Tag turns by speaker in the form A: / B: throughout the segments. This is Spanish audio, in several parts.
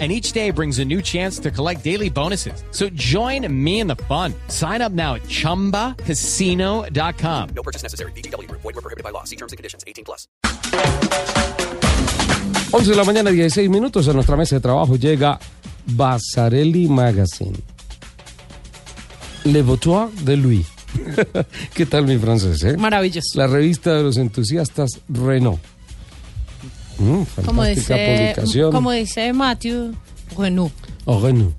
A: and each day brings a new chance to collect daily bonuses. So join me in the fun. Sign up now at ChumbaCasino.com.
B: No purchase necessary. BGW. Void were prohibited by law. See terms and conditions. 18 plus.
C: 11 de la mañana, 16 minutos. A nuestra mesa de trabajo llega Basarelli Magazine. Le Boutoir de Louis. ¿Qué tal mi francés? eh?
D: Maravilloso.
C: La revista de los entusiastas Renault. Mm,
D: Como
C: fantástica
D: dice,
C: publicación.
D: como dice Matthew Renaud.
C: Oh, Renault.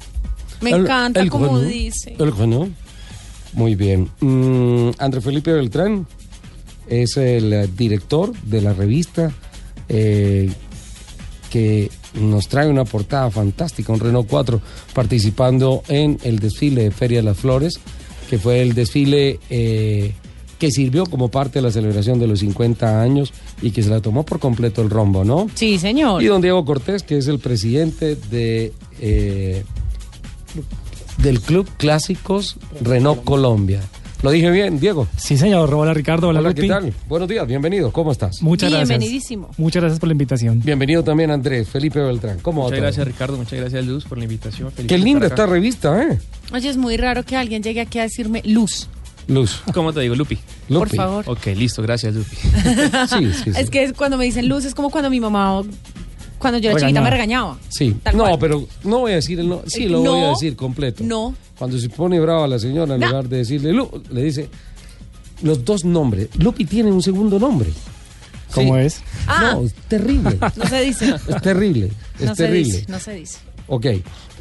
D: Me
C: El-
D: encanta
C: el
D: como
C: Renault.
D: dice.
C: El Renault. Muy bien. Mm, André Felipe Beltrán es el eh, director de la revista eh, que nos trae una portada fantástica, un Renault 4, participando en el desfile de Feria de las Flores, que fue el desfile eh, que sirvió como parte de la celebración de los 50 años y que se la tomó por completo el rombo, ¿no?
D: Sí, señor.
C: Y don Diego Cortés, que es el presidente de, eh, del Club Clásicos Renault Colombia. ¿Lo dije bien, Diego?
E: Sí, señor. Hola, Ricardo. Hola,
C: ¿qué
E: Lupi.
C: tal? Buenos días, bienvenido. ¿Cómo estás?
E: Muchas gracias.
D: Bienvenidísimo.
E: Muchas gracias por la invitación.
C: Bienvenido también Andrés, Felipe Beltrán. ¿Cómo va
F: Muchas
C: todo?
F: gracias Ricardo, muchas gracias Luz por la invitación. Feliz
C: Qué
F: de
C: linda
F: estar
C: esta
F: acá.
C: revista, ¿eh?
D: Oye, es muy raro que alguien llegue aquí a decirme luz.
C: Luz.
F: ¿Cómo te digo, Lupi?
D: Por
C: Lupi.
D: favor.
F: Ok, listo, gracias Lupi.
C: Sí, sí, sí.
D: Es que cuando me dicen luz es como cuando mi mamá, o- cuando yo era
E: Regañaba.
D: chiquita me regañaba.
C: Sí.
D: Tal
C: no,
D: cual.
C: pero no voy a decir el no. Sí, lo voy a
D: No,
C: decir completo.
D: no.
C: Cuando se pone brava la señora, en
D: No.
C: lugar de decirle Lu, le dice los dos nombres. Lupi tiene un segundo nombre.
E: ¿Cómo
C: Sí.
E: es?
D: Ah.
C: No, es terrible.
D: No se dice.
C: Es terrible, es
D: No se
C: terrible.
D: dice, no se dice.
C: Ok.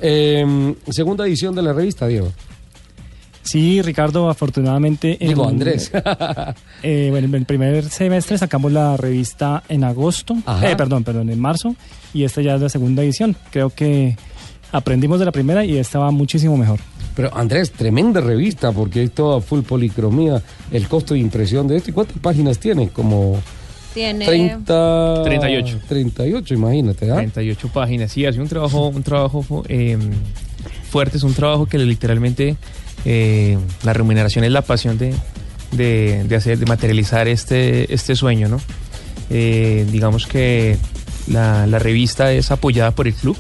C: em, segunda edición de la revista, Diego.
E: Sí, Ricardo, afortunadamente. en-
C: Digo, Andrés.
E: eh, bueno, en el primer semestre sacamos la revista en agosto.
C: Ajá.
E: Eh, perdón, perdón, en marzo. Y esta ya es la segunda edición. Creo que aprendimos de la primera y esta va muchísimo mejor.
C: Pero Andrés, tremenda revista porque es toda full policromía, el costo de impresión de esto. ¿Y cuántas páginas tiene? Como
D: Tiene.
C: 30...
F: 38.
C: 38, imagínate, ¿ah?
F: 38 páginas. Sí, hace un trabajo, un trabajo eh, fuerte, es un trabajo que literalmente eh, la remuneración es la pasión de, de- de hacer, de materializar este, este sueño, ¿no? Eh, digamos que la, la revista es apoyada por el club,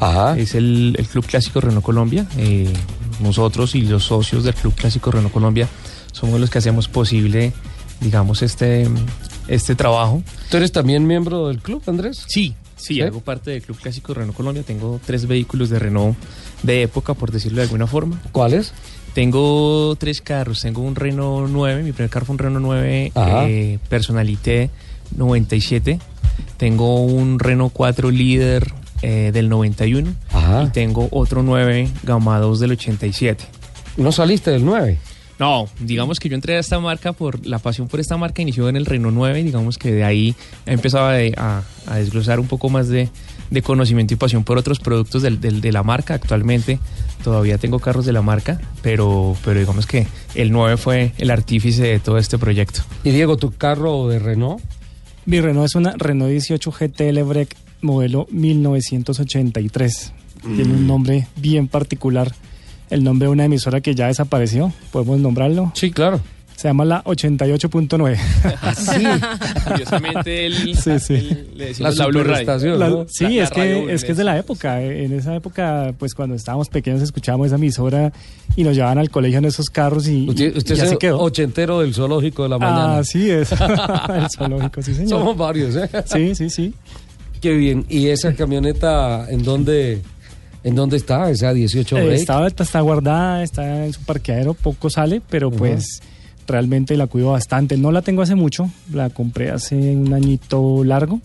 C: Ajá.
F: es el, el Club Clásico Renault Colombia. Eh, nosotros y los socios del Club Clásico Renault Colombia somos los que hacemos posible, digamos, este, este trabajo.
C: ¿Tú eres también miembro del club, Andrés?
F: Sí, sí,
C: ¿Sí?
F: hago parte del Club Clásico Renault Colombia. Tengo tres vehículos de Renault de época, por decirlo de alguna forma.
C: ¿Cuál es?
F: Tengo tres carros. Tengo un Renault 9. Mi primer carro fue un Renault 9
C: Ajá.
F: eh, Personalité 97. Tengo un Renault 4 líder eh, del 91.
C: Ajá.
F: Y tengo otro 9 Gama 2 del 87.
C: ¿No saliste del 9?
F: No, digamos que yo entré a esta marca por la pasión por esta marca inició en el Renault 9, digamos que de ahí empezaba de- a, a desglosar un poco más de, de conocimiento y pasión por otros productos del- del- de la marca. Actualmente todavía tengo carros de la marca, pero, pero digamos que el 9 fue el artífice de todo este proyecto.
C: ¿Y Diego, tu carro de Renault?
E: Mi Renault es una Renault 18 GT Lebrec modelo 1983.
C: Mm.
E: Tiene un nombre bien particular. El nombre de una emisora que ya desapareció, podemos nombrarlo.
C: Sí, claro.
E: Se llama la 88.9.
C: Sí.
F: Curiosamente el,
E: Sí, sí. el-
C: La superestación,
E: La-
C: ¿no?
E: sí,
F: La- la
E: es, que,
F: radio
E: es que es de la época. En esa época, pues cuando estábamos pequeños escuchábamos esa emisora y nos llevaban al colegio en esos carros y,
C: Usted, usted
E: y así
C: es el
E: quedó.
C: ochentero del zoológico de la mañana.
E: Así es. el zoológico, sí, señor.
C: Somos varios, ¿eh?
E: Sí, sí, sí.
C: Qué bien. ¿Y esa camioneta en dónde, en dónde está? Esa 18
E: Eh,
C: break.
E: está, está guardada, está en su parqueadero, poco sale, pero
C: Ajá.
E: pues realmente la cuido bastante. No la tengo hace mucho, la compré hace un añito largo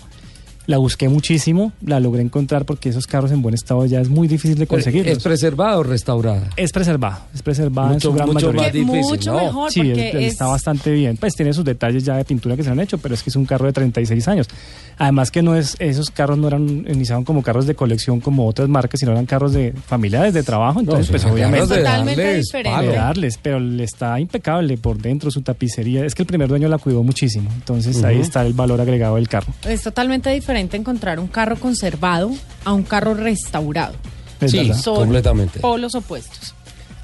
E: La busqué muchísimo, la logré encontrar porque esos carros en buen estado ya es muy difícil de conseguirlos.
C: Eh, ¿Es preservada o restaurada?
E: Es preservada, es preservada
C: Mucho-
E: en su gran
C: mucho
E: mayoría.
C: más
D: Que
C: difícil,
D: mucho
C: ¿no?
D: mejor
E: Sí,
D: porque
E: él- él
D: es-
E: está bastante bien. Pues tiene sus detalles ya de pintura que se han hecho, pero es que es un carro de 36 años. Además que no es, esos carros no eran eh, iniciaron como carros de colección como otras marcas, sino eran carros de familiares, de trabajo. Entonces,
C: sí,
E: pues
C: claro,
E: obviamente
C: de
D: Totalmente
C: darles
D: diferente.
C: palo.
E: de darles, pero le está impecable por dentro, su tapicería. Es que el primer dueño la cuidó muchísimo. Entonces ahí está el valor agregado del carro.
D: Es totalmente diferente encontrar un carro conservado a un carro restaurado.
E: Es
C: Sí.
E: verdad.
D: Son
C: Completamente.
D: polos opuestos.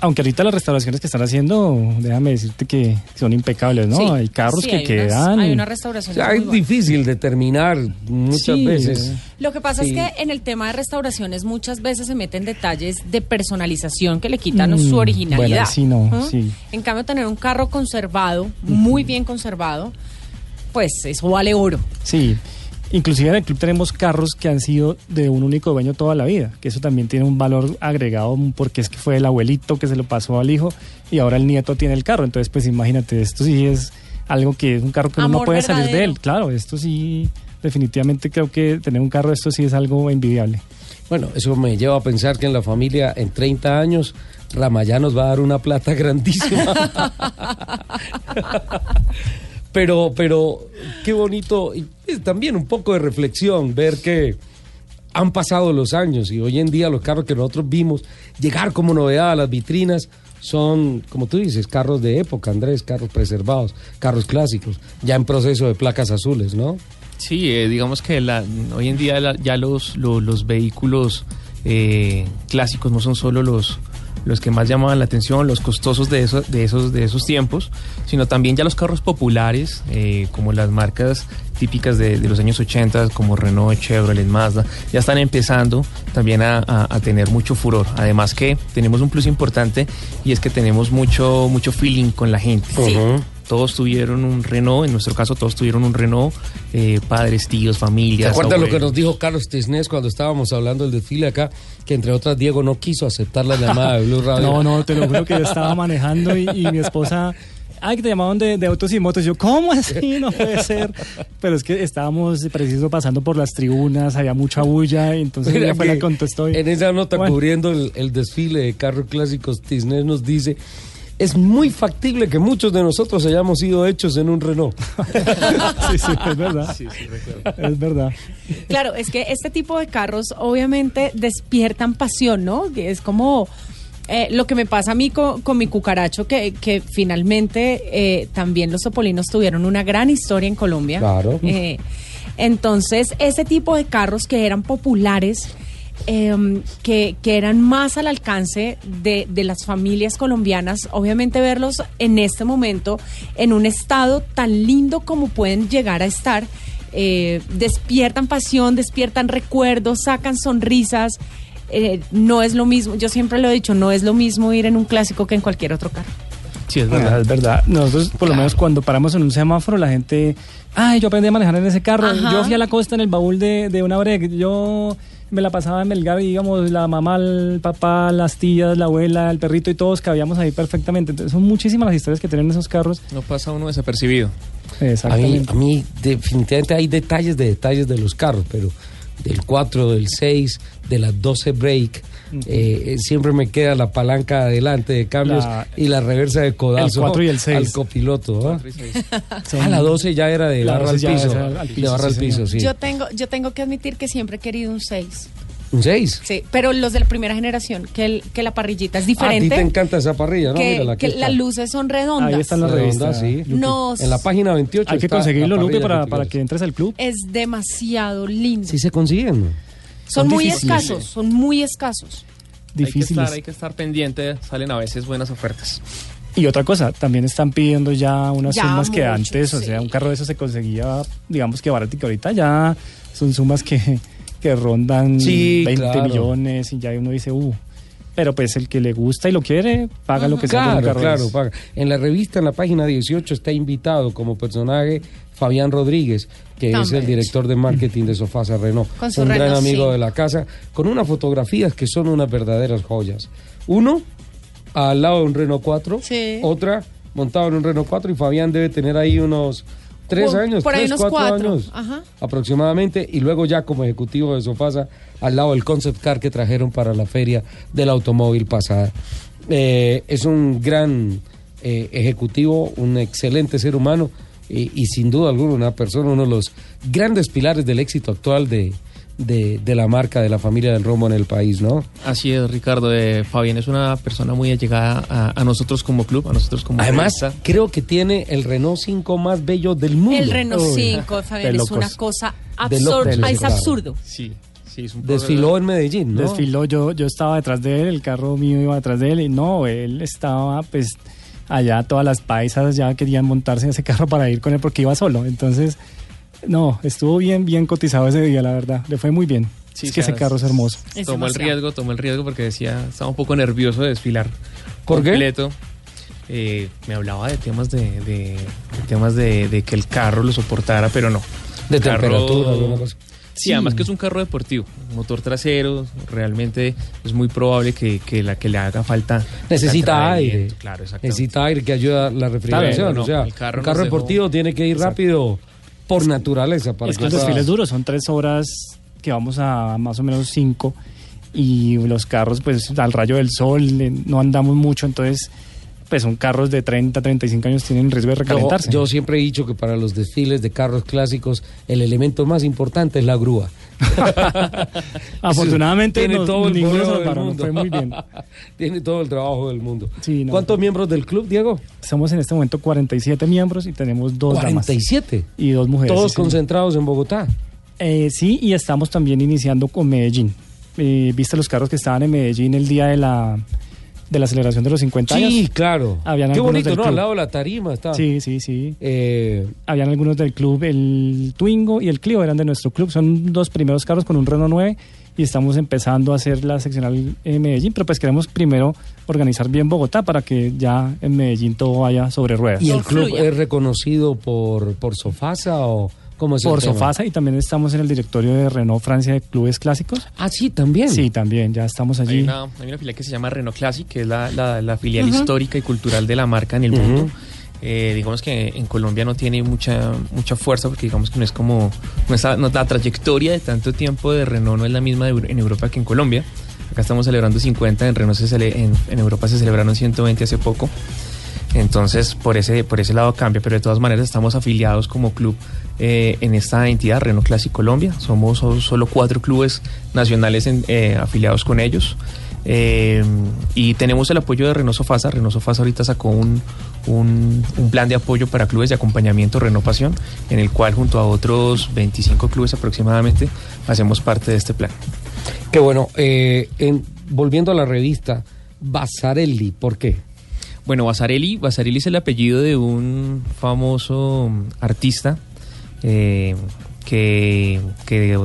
E: Aunque ahorita las restauraciones que están haciendo, déjame decirte que son impecables, ¿no?
D: Sí,
E: hay carros
D: sí,
E: que
D: hay unas-
E: quedan.
D: hay una
C: O
D: restauración.
C: sea,
D: muy
C: es
D: buena.
C: difícil determinar muchas
E: Sí.
C: veces.
D: Lo que pasa
C: Sí.
D: es que en el tema de restauraciones muchas veces se meten detalles de personalización que le quitan su originalidad.
E: Mm,
D: ¿Mm?
E: bueno, sí, no, sí.
D: En cambio, tener un carro conservado, muy bien conservado, pues eso vale oro.
E: Sí. Inclusive en el club tenemos carros que han sido de un único dueño toda la vida, que eso también tiene un valor agregado porque es que fue el abuelito que se lo pasó al hijo y ahora el nieto tiene el carro. Entonces, pues imagínate, esto sí es algo que es un carro que uno
D: Amor
E: no puede salir de
D: verdadero.
E: él. Claro, esto sí, definitivamente creo que tener un carro, esto sí es algo envidiable.
C: Bueno, eso me lleva a pensar que en la familia en 30 años Ramayá nos va a dar una plata grandísima. pero, pero qué bonito y es también un poco de reflexión ver que han pasado los años y hoy en día los carros que nosotros vimos llegar como novedad a las vitrinas son, como tú dices, carros de época, Andrés, carros preservados, carros clásicos, ya en proceso de placas azules, ¿no?
F: Sí, eh, digamos que la- hoy en día la- ya los, lo- los vehículos eh, clásicos no son solo los los que más llamaban la atención, los costosos de esos, de esos, de esos tiempos, sino también ya los carros populares, eh, como las marcas típicas de, de los años 80, como Renault, Chevrolet, Mazda, ya están empezando también a, a- a tener mucho furor. Además que tenemos un plus importante y es que tenemos mucho, mucho feeling con la gente.
C: Ujú.
F: Todos tuvieron un Renault, en nuestro caso todos tuvieron un Renault, eh, padres, tíos,
C: ¿Te
F: familias.
C: acuerdas lo que
F: abuelos.
C: nos dijo Carlos Tisnes cuando estábamos hablando del desfile acá? Que entre otras Diego no quiso aceptar la llamada de Blue Radio.
E: No, no, te lo juro que yo estaba manejando y, y mi esposa. Ay, que te llamaban de, de autos y motos. Yo, ¿cómo así? No puede ser. Pero es que estábamos preciso pasando por las tribunas, había mucha bulla, y entonces
C: Mira
E: ella fue la
C: que
E: que contestó. y-
C: En esa nota
E: Bueno.
C: cubriendo el, el desfile de carros clásicos, Tisnes nos dice... Es muy factible que muchos de nosotros hayamos sido hechos en un Renault.
E: sí, sí, es verdad. Es verdad.
D: Claro, es que este tipo de carros obviamente despiertan pasión, ¿no? Que Es como eh, lo que me pasa a mí co- con, mi cucaracho, que, que finalmente eh, también los topolinos tuvieron una gran historia en Colombia.
C: Claro.
D: Eh, entonces, ese tipo de carros que eran populares, em, que, que eran más al alcance de, de las familias colombianas, obviamente verlos en este momento en un estado tan lindo como pueden llegar a estar, eh, despiertan pasión, despiertan recuerdos, sacan sonrisas. eh, no es lo mismo, yo siempre lo he dicho, no es lo mismo ir en un clásico que en cualquier otro carro.
F: Sí, es
E: Ah,
F: verdad.
E: es verdad. Nosotros, por lo menos, cuando paramos en un semáforo, la gente. Ay, yo aprendí a manejar en ese carro.
D: Ajá.
E: Yo fui a la costa en el baúl de, de una break. Yo me la pasaba en Melgar, y, digamos, la mamá, el papá, las tías, la abuela, el perrito y todos cabíamos ahí perfectamente. Entonces, son muchísimas las historias que tienen esos carros.
F: No pasa uno desapercibido.
C: A mí,
E: Exactamente.
C: a mí definitivamente hay detalles de detalles de los carros, pero del 4, del 6, de las 12 break, eh, eh, siempre me queda la palanca adelante de cambios
E: La-
C: y la reversa de codazo
E: 4 y el 6.
C: al copiloto. ¿ah?
E: Son-
C: Ah, la 12 ya era de
E: La
C: barra al
E: 12 ya
C: piso.
E: era al
C: de
E: piso,
C: barra
E: sí,
C: al piso,
E: señor.
C: sí.
D: Yo, tengo, yo tengo que admitir que siempre he querido un 6.
C: ¿Un 6?
D: Sí, pero los de la primera generación, que, el, que la parrilla es
C: Ah, A ti
D: diferente.
C: te encanta esa parrilla, ¿no?
D: que
C: Mírala, aquí
D: que
C: está.
D: las luces son redondas.
E: Ahí están las
C: Redonda,
E: revistas.
C: sí.
E: Lupe.
D: No.
C: En la página 28
E: Hay que
C: está
E: conseguirlo,
C: la
E: Lupe,
C: parrilla
E: para,
C: tú
E: para que
C: quieres.
E: entres al club.
D: Es demasiado lindo.
C: Sí se consiguen. ¿no?
D: son
E: son
D: muy
E: difíciles.
D: escasos, son muy escasos.
E: Difíciles.
F: Hay que estar, hay que estar pendiente, salen a veces buenas ofertas.
E: Y otra cosa, también están pidiendo ya unas
D: Ya
E: sumas que
D: mucho,
E: antes, o
D: sí.
E: sea, un carro de esos se conseguía, digamos que barato y que ahorita ya son sumas que, que rondan
C: Sí,
E: 20
C: claro.
E: millones y ya uno dice, uh, pero pues el que le gusta y lo quiere, paga lo que sea por un
C: Claro,
E: carro de
C: claro.
E: esos.
C: paga. En la revista, en la página 18, está invitado como personaje Fabián Rodríguez, que es
D: También.
C: el director de marketing de Sofasa Renault.
D: Con su
C: un gran
D: Renault
C: amigo
D: cinco.
C: de la casa, con unas fotografías que son unas verdaderas joyas. Uno, al lado de un Renault 4.
D: Sí.
C: Otra, montado en un Renault 4. Y Fabián debe tener ahí unos Tres
D: Por-
C: años,
D: por ahí
C: tres,
D: unos
C: cuatro,
D: cuatro,
C: años
D: ajá.
C: aproximadamente, y luego ya como ejecutivo de Sofasa, al lado del concept car que trajeron para la feria del automóvil pasada. Eh, es un gran eh, ejecutivo, un excelente ser humano y, y sin duda alguna una persona, uno de los grandes pilares del éxito actual de, de- de la marca, de la familia del rombo en el país, ¿no?
F: Así es, Ricardo. eh, Fabián es una persona muy allegada a, a nosotros como club, a nosotros como
C: Además,
F: revista.
C: creo que tiene el Renault 5 más bello del mundo.
D: El Renault
E: Uy,
D: 5, Fabián,
E: de
D: es una
E: locos.
D: cosa
C: De locos,
D: absurda. Ah, Es
C: claro.
D: absurdo.
F: Sí, sí, es un
C: Desfiló en Medellín, ¿no?
E: Desfiló, yo, yo estaba detrás de él, el carro mío iba detrás de él y no, él estaba pues allá, todas las paisas ya querían montarse en ese carro para ir con él porque iba solo. Entonces, no, estuvo bien, bien cotizado ese día, la verdad, le fue muy bien.
F: Sí,
E: es que
F: o sea,
E: ese carro es hermoso.
D: Es
F: tomó el
D: demasiado.
F: riesgo, tomó el riesgo porque decía, estaba un poco nervioso de desfilar
C: ¿Por qué?
F: completo. Eh, me hablaba de temas de, de- de temas de, de que el carro lo soportara, pero no.
C: De
F: El carro-
C: temperatura, alguna cosa.
F: Sí, además que es un carro deportivo, motor trasero, realmente es muy probable que, que la que le haga falta.
C: Necesita aire.
F: atrevimiento, Claro, exactamente.
C: Necesita aire que ayuda a la refrigeración.
F: no,
C: o sea,
F: el carro
C: un carro
F: nos dejó-
C: deportivo tiene que ir rápido por naturaleza. Para
E: es que el desfile es duro, son tres horas que vamos a más o menos cinco y los carros pues al rayo del sol eh, no andamos mucho, entonces pues son carros de 30, 35 años tienen riesgo de
C: Yo,
E: recalentarse.
C: yo siempre he dicho que para los desfiles de carros clásicos el elemento más importante es la grúa.
E: Afortunadamente
C: tiene
E: nos-
C: todo el
E: ninguno
C: boleo
E: se
C: del
E: paró, nos
C: mundo.
E: fue muy bien.
C: tiene todo el trabajo del mundo.
E: Sí, no.
C: ¿Cuántos miembros del club, Diego?
E: Somos en este momento 47 miembros y tenemos dos damas
C: 47.
E: y dos mujeres.
C: Todos
E: sí, señor.
C: concentrados en Bogotá.
E: Eh, sí, y estamos también iniciando con Medellín. Eh, ¿Viste los carros que estaban en Medellín el día de la, de la celebración de los 50
C: Sí, Ah.
E: años?
C: claro.
E: Habían
C: Qué
E: algunos
C: bonito,
E: del
C: ¿no?
E: club.
C: Al lado de la tarima está.
E: Sí, sí, sí.
C: Eh,
E: Habían algunos del club, el Twingo y el Clio eran de nuestro club. Son dos primeros carros con un Renault 9 y estamos empezando a hacer la seccional en Medellín, pero pues queremos primero organizar bien Bogotá para que ya en Medellín todo vaya sobre ruedas.
C: ¿Y el
D: Todo
C: club
D: fluya.
C: es reconocido por, por Sofasa o cómo es el
E: por
C: tema?
E: Sofasa y también estamos en el directorio de Renault Francia de Clubes Clásicos.
C: Ah, sí, también.
E: Sí, también, ya estamos
F: Hay
E: allí.
F: una, hay una filial que se llama Renault Classic, que es la, la- la filial histórica y cultural de la marca en el mundo. Eh, digamos que en Colombia no tiene mucha mucha fuerza porque digamos que no es como no está- no- la trayectoria de tanto tiempo de Renault no es la misma de Euro- en Europa que en Colombia. Acá estamos celebrando 50, en Renault se cele- en, en Europa se celebraron 120 hace poco. Entonces, por ese, por ese lado cambia, pero de todas maneras estamos afiliados como club eh, en esta entidad, Renault Classic Colombia. Somos so- solo cuatro clubes nacionales en- eh, afiliados con ellos. Eh, y tenemos el apoyo de Renault Sofasa. Renault Sofasa ahorita sacó un, un, un plan de apoyo para clubes de acompañamiento Renault Pasión, en el cual junto a otros 25 clubes aproximadamente hacemos parte de este plan.
C: Qué bueno. eh, en- volviendo a la revista, Basarelli, ¿por qué?
F: Bueno, Basarelli, Basarelli es el apellido de un famoso artista eh, que, que,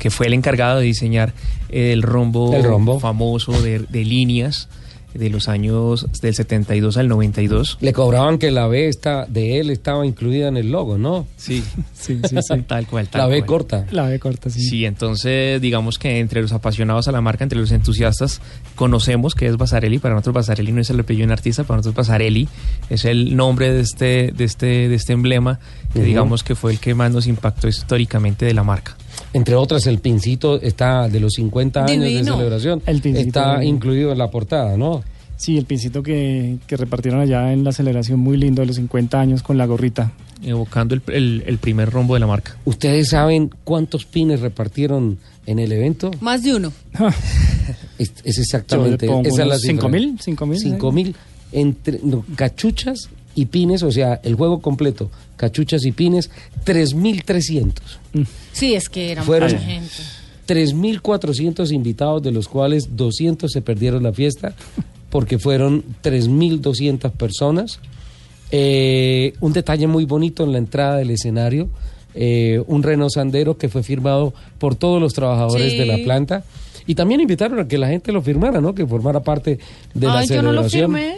F: que fue el encargado de diseñar el rombo,
C: El rombo.
F: famoso de, de líneas de los años del 72 al 92.
C: Le cobraban que la B está, de él estaba incluida en el logo, ¿no?
F: Sí,
E: Sí, sí, sí.
F: tal cual. Tal
C: La B
F: cual.
C: corta.
E: La B corta, sí.
F: Sí, entonces digamos que entre los apasionados a la marca, entre los entusiastas, conocemos que es Basarelli. Para nosotros Basarelli no es el apellido de un artista, para nosotros Basarelli es el nombre de este, de este, de este emblema que
C: Ujú.
F: digamos que fue el que más nos impactó históricamente de la marca.
C: Entre otras, el pincito está de los 50 años de
D: Divino.
C: celebración.
E: El pincito.
C: está incluido en la portada, ¿no?
E: Sí, el pincito que, que repartieron allá en la celebración muy lindo de los 50 años con la gorrita.
F: Evocando el, el- el primer rombo de la marca.
C: ¿Ustedes saben cuántos pines repartieron en el evento?
D: Más de uno.
C: Es, es exactamente.
E: Yo le pongo
C: esa es la
E: unos
C: cifra.
E: cinco mil, cinco mil,
C: Cinco
E: ¿eh?
C: mil entre no, cachuchas y pines, o sea, el juego completo, cachuchas y pines, 3.300.
D: Sí, es que era
C: Fueron-
D: mucha gente.
C: 3.400 invitados, de los cuales 200 se perdieron la fiesta, porque fueron 3.200 personas. Eh, un detalle muy bonito en la entrada del escenario, eh, un Renault Sandero que fue firmado por todos los trabajadores
D: Sí.
C: de la planta. Y también invitaron a que la gente lo firmara, ¿no? Que formara parte de la
D: Ay, yo no
C: celebración.
D: lo firmé.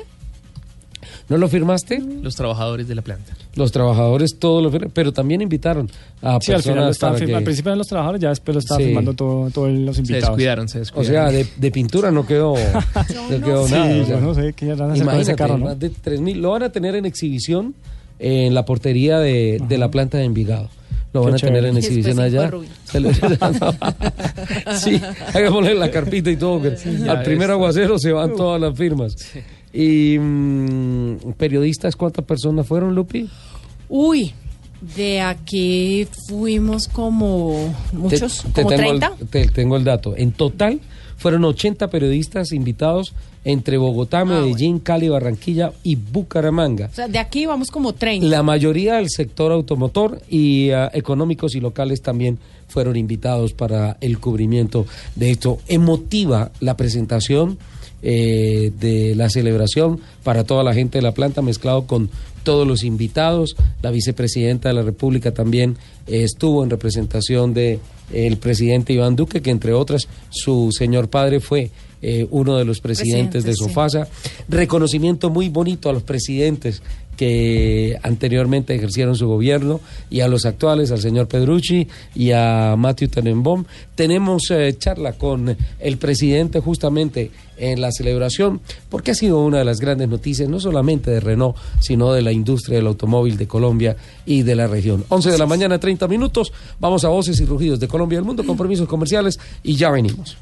C: ¿No lo firmaste?
F: Los trabajadores de la planta.
C: Los trabajadores todos lo firmaron, pero también invitaron a
E: Sí, al final lo
C: personas
E: estaban
C: para
E: firmando. Al
C: que-
E: principio eran los trabajadores, ya después lo estaban
C: Sí.
E: firmando todos todo los
F: Se
E: invitados.
F: descuidaron, se
C: O sea,
F: descuidaron.
C: de, de pintura no quedó, no quedó
E: Sí,
C: nada. o sea.
E: yo no sé qué harán a hacer con
C: Imagínate,
E: ese carro, ¿no?
C: más de 3.000. Lo van a tener en exhibición en la portería de, de la planta de Envigado. Lo van
E: Qué
C: a tener
E: chévere.
C: en exhibición
D: Después se fue
C: allá.
D: Rubio.
C: Celebrando. sí, hagámosle la carpita y todo. que al
F: ya
C: primer
F: ves.
C: aguacero se van todas las firmas. Y mm, periodistas, ¿cuántas personas fueron, Lupi?
D: Uy, de aquí fuimos como muchos,
C: Te- te
D: como
C: tengo el-
D: 30.
C: te tengo el dato. En total fueron 80 periodistas invitados entre
D: Ah,
C: Bogotá, Medellín, Cali, Barranquilla y Bucaramanga.
D: O sea, de aquí vamos como 30.
C: La mayoría del sector automotor y ah, económicos y locales también fueron invitados para el cubrimiento de esto. Emotiva la presentación eh, de la celebración para toda la gente de la planta, mezclado con todos los invitados. La vicepresidenta de la República también eh, estuvo en representación de eh, el presidente Iván Duque, que entre otras su señor padre fue eh, uno de los presidentes de
D: Presidente, sí.
C: Sofá pasa. Reconocimiento muy bonito a los presidentes que anteriormente ejercieron su gobierno y a los actuales, al señor Pedrucci y a Matthew Tenenbaum. Tenemos eh, charla con el presidente justamente en la celebración, porque ha sido una de las grandes noticias, no solamente de Renault, sino de la industria del automóvil de Colombia y de la región. 11 de la mañana, 30 minutos, vamos a Voces y Rugidos de Colombia y el Mundo, compromisos comerciales y ya venimos.